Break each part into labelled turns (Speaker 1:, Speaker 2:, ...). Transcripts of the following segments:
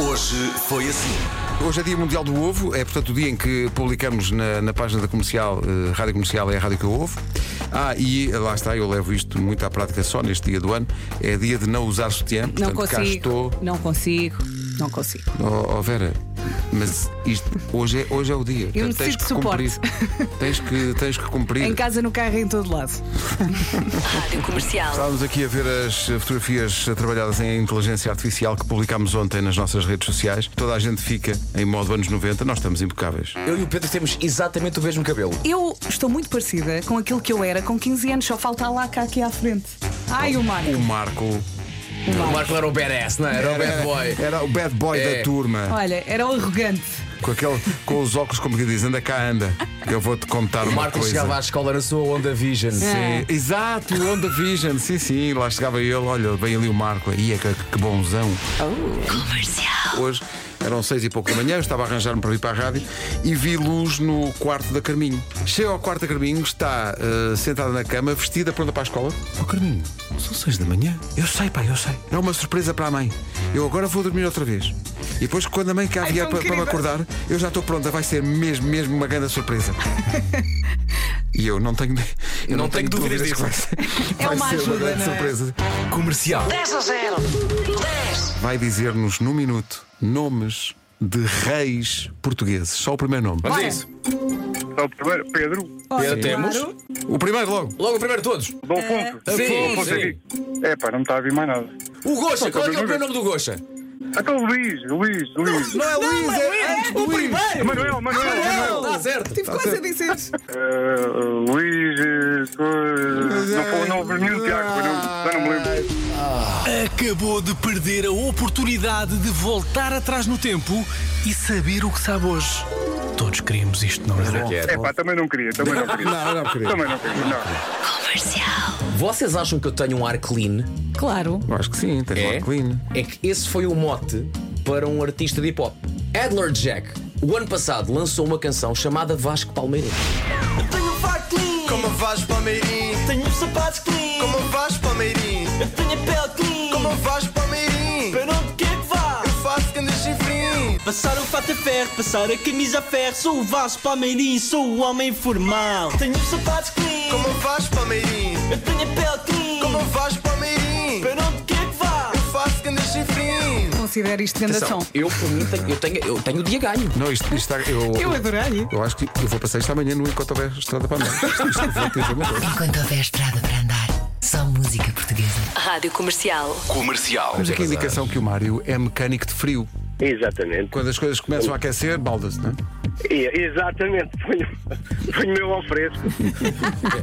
Speaker 1: Hoje foi assim.
Speaker 2: Hoje é Dia Mundial do Ovo, é portanto o dia em que publicamos na, na página da comercial, eh, Rádio Comercial é a Rádio que eu ouvo. Ah, e lá está, eu levo isto muito à prática só neste dia do ano. É dia de não usar sutiã,
Speaker 3: Não
Speaker 2: portanto cá estou.
Speaker 3: consigo. Não consigo. Não consigo.
Speaker 2: Oh, oh, Vera, mas isto, hoje, é, hoje é o dia.
Speaker 3: Eu
Speaker 2: portanto, tens
Speaker 3: necessito
Speaker 2: que
Speaker 3: de
Speaker 2: cumprir.
Speaker 3: suporte.
Speaker 2: Tens que, tens que cumprir.
Speaker 3: Em casa, no carro, em todo lado.
Speaker 4: Rádio Comercial.
Speaker 2: Estávamos aqui a ver as fotografias trabalhadas em inteligência artificial que publicámos ontem nas nossas redes sociais. Toda a gente fica em modo anos 90, nós estamos impecáveis.
Speaker 5: Eu e o Pedro temos exatamente o mesmo cabelo.
Speaker 3: Eu estou muito parecida com aquilo que eu era com 15 anos, só falta a laca aqui à frente. Ai, o Marco.
Speaker 2: O Marco
Speaker 5: O Marco era o badass, não é? Era o bad boy.
Speaker 2: Era o bad boy
Speaker 5: É.
Speaker 2: da turma.
Speaker 3: Olha, era o arrogante.
Speaker 2: Com, aquele, com os óculos, como que diz, anda cá, anda. Eu vou-te contar
Speaker 5: O
Speaker 2: uma
Speaker 5: Marco
Speaker 2: coisa.
Speaker 5: chegava à escola na sua Onda Vision.
Speaker 2: Sim, exato, Onda Vision, sim, sim, lá chegava ele, olha, vem ali o Marco, aí é que, que bonzão.
Speaker 4: Comercial.
Speaker 2: Hoje eram seis e pouco da manhã, eu estava a arranjar-me para ir para a rádio e vi luz no quarto da Carminho. Chego ao quarto da Carminho, está eh, sentada na cama, vestida, pronta para a escola. Ó Carminho, são seis da manhã. Eu sei, pai, eu sei. É uma surpresa para a mãe. Eu agora vou dormir outra vez. E depois, quando a mãe cá vier
Speaker 3: tão
Speaker 2: para, para me
Speaker 3: querida.
Speaker 2: acordar, eu já estou pronta, vai ser mesmo, mesmo uma grande surpresa. E eu não tenho, eu
Speaker 5: Não tenho dúvidas
Speaker 2: que vai ser,
Speaker 3: É
Speaker 2: vai
Speaker 3: uma
Speaker 2: ser
Speaker 3: ajuda,
Speaker 2: uma grande
Speaker 3: não é?
Speaker 2: surpresa.
Speaker 5: Comercial.
Speaker 4: 10 a 0. 10.
Speaker 2: Vai dizer-nos num minuto nomes de reis portugueses. Só o primeiro nome.
Speaker 5: Vamos a isso.
Speaker 6: Então, primeiro, Pedro,
Speaker 3: Olha,
Speaker 5: Já temos.
Speaker 3: claro.
Speaker 2: O primeiro logo.
Speaker 5: Logo o primeiro de todos.
Speaker 6: Dom Afonso.
Speaker 5: Sim,
Speaker 6: Dom Afonso
Speaker 5: sim.
Speaker 6: Henrique. um É pá, não me está a vir mais nada.
Speaker 5: O Goxa, qual é, que é o
Speaker 6: Não,
Speaker 5: primeiro nome do Goxa?
Speaker 6: Então, Luís, Luís, Luís.
Speaker 2: Não é Luís, é antes do Luís.
Speaker 6: Manuel, Manuel, Manuel.
Speaker 5: Está Tá certo.
Speaker 3: Tá Tive quase a dizer.
Speaker 6: Eh, Luís, eh, tu- não foi não foi nenhum Tiago, foi não, já não me lembro.
Speaker 7: Acabou de perder a oportunidade de voltar atrás no tempo e saber o que sabe hoje. Todos queríamos isto, não é?
Speaker 6: É pá, também não queria, também não queria.
Speaker 2: Não, não queria.
Speaker 6: Também não queria, não.
Speaker 4: Comercial.
Speaker 5: Vocês acham que eu tenho um ar clean?
Speaker 3: Claro.
Speaker 2: Eu acho que sim, tens é. clean.
Speaker 5: É que esse foi o mote para um artista de hip hop. Adler Jack, o ano passado, lançou uma canção chamada Vasco Palmeiras.
Speaker 8: Tenho um fato clean,
Speaker 9: Como vais Palmeirim,
Speaker 8: tenho os sapatos clean,
Speaker 9: como vais Palmeirim,
Speaker 8: eu tenho a pele clean,
Speaker 9: como vais Palmeirim,
Speaker 8: para onde quer que vá.
Speaker 9: eu faço grandes chifrinhos.
Speaker 8: Passar o fato a ferro, passar a camisa a ferro, sou o Vasco Palmeirinho, sou o homem formal. Tenho os sapatos clean,
Speaker 9: Como vais Palmeirim,
Speaker 8: eu tenho a pele clean,
Speaker 9: como vais Palmeirim, eu
Speaker 8: para onde quer que vá.
Speaker 9: faço grandes chifrinhos.
Speaker 3: Considero isto grande ação.
Speaker 5: Eu, por mim, tenho, eu, tenho, eu tenho o dia ganho.
Speaker 2: Não, isto, isto está. Eu,
Speaker 3: Eu adorei.
Speaker 2: eu acho que eu vou passar isto amanhã no enquanto houver estrada para andar. Isto, isto, vou ter uma coisa.
Speaker 10: Enquanto houver estrada para andar, só música portuguesa.
Speaker 4: Rádio Comercial.
Speaker 1: Comercial.
Speaker 2: Temos aqui a indicação que o Mário é mecânico de frio.
Speaker 11: Exatamente.
Speaker 2: Quando as coisas começam a aquecer, balda-se, não é?
Speaker 11: E- Exatamente. Ponho, ponho meu ao fresco.
Speaker 2: É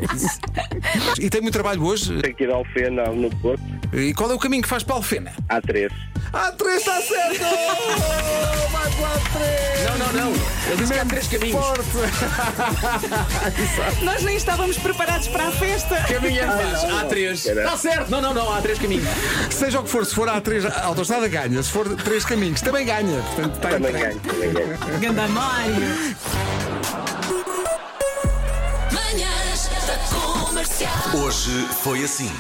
Speaker 2: E tem muito trabalho hoje.
Speaker 11: Tenho que ir ao Fena no Porto.
Speaker 2: E qual é o caminho que faz para a Alfena?
Speaker 11: Há três.
Speaker 2: Ah, três está certo! Vai para a três!
Speaker 5: Não, não, não. Ele disse que há três caminhos.
Speaker 2: Forte!
Speaker 3: Nós nem estávamos preparados para a festa.
Speaker 5: Caminho é mais. Há três. Está Tá certo. Não, não, não. Há três caminhos.
Speaker 2: Seja o que for, se for a A3, a autostrada ganha. Se for três caminhos, também ganha. Portanto, está
Speaker 11: Também
Speaker 2: entregue.
Speaker 11: ganho, também ganho.
Speaker 3: Gandamário.
Speaker 4: Manhãs da Comercial.
Speaker 1: Hoje foi assim.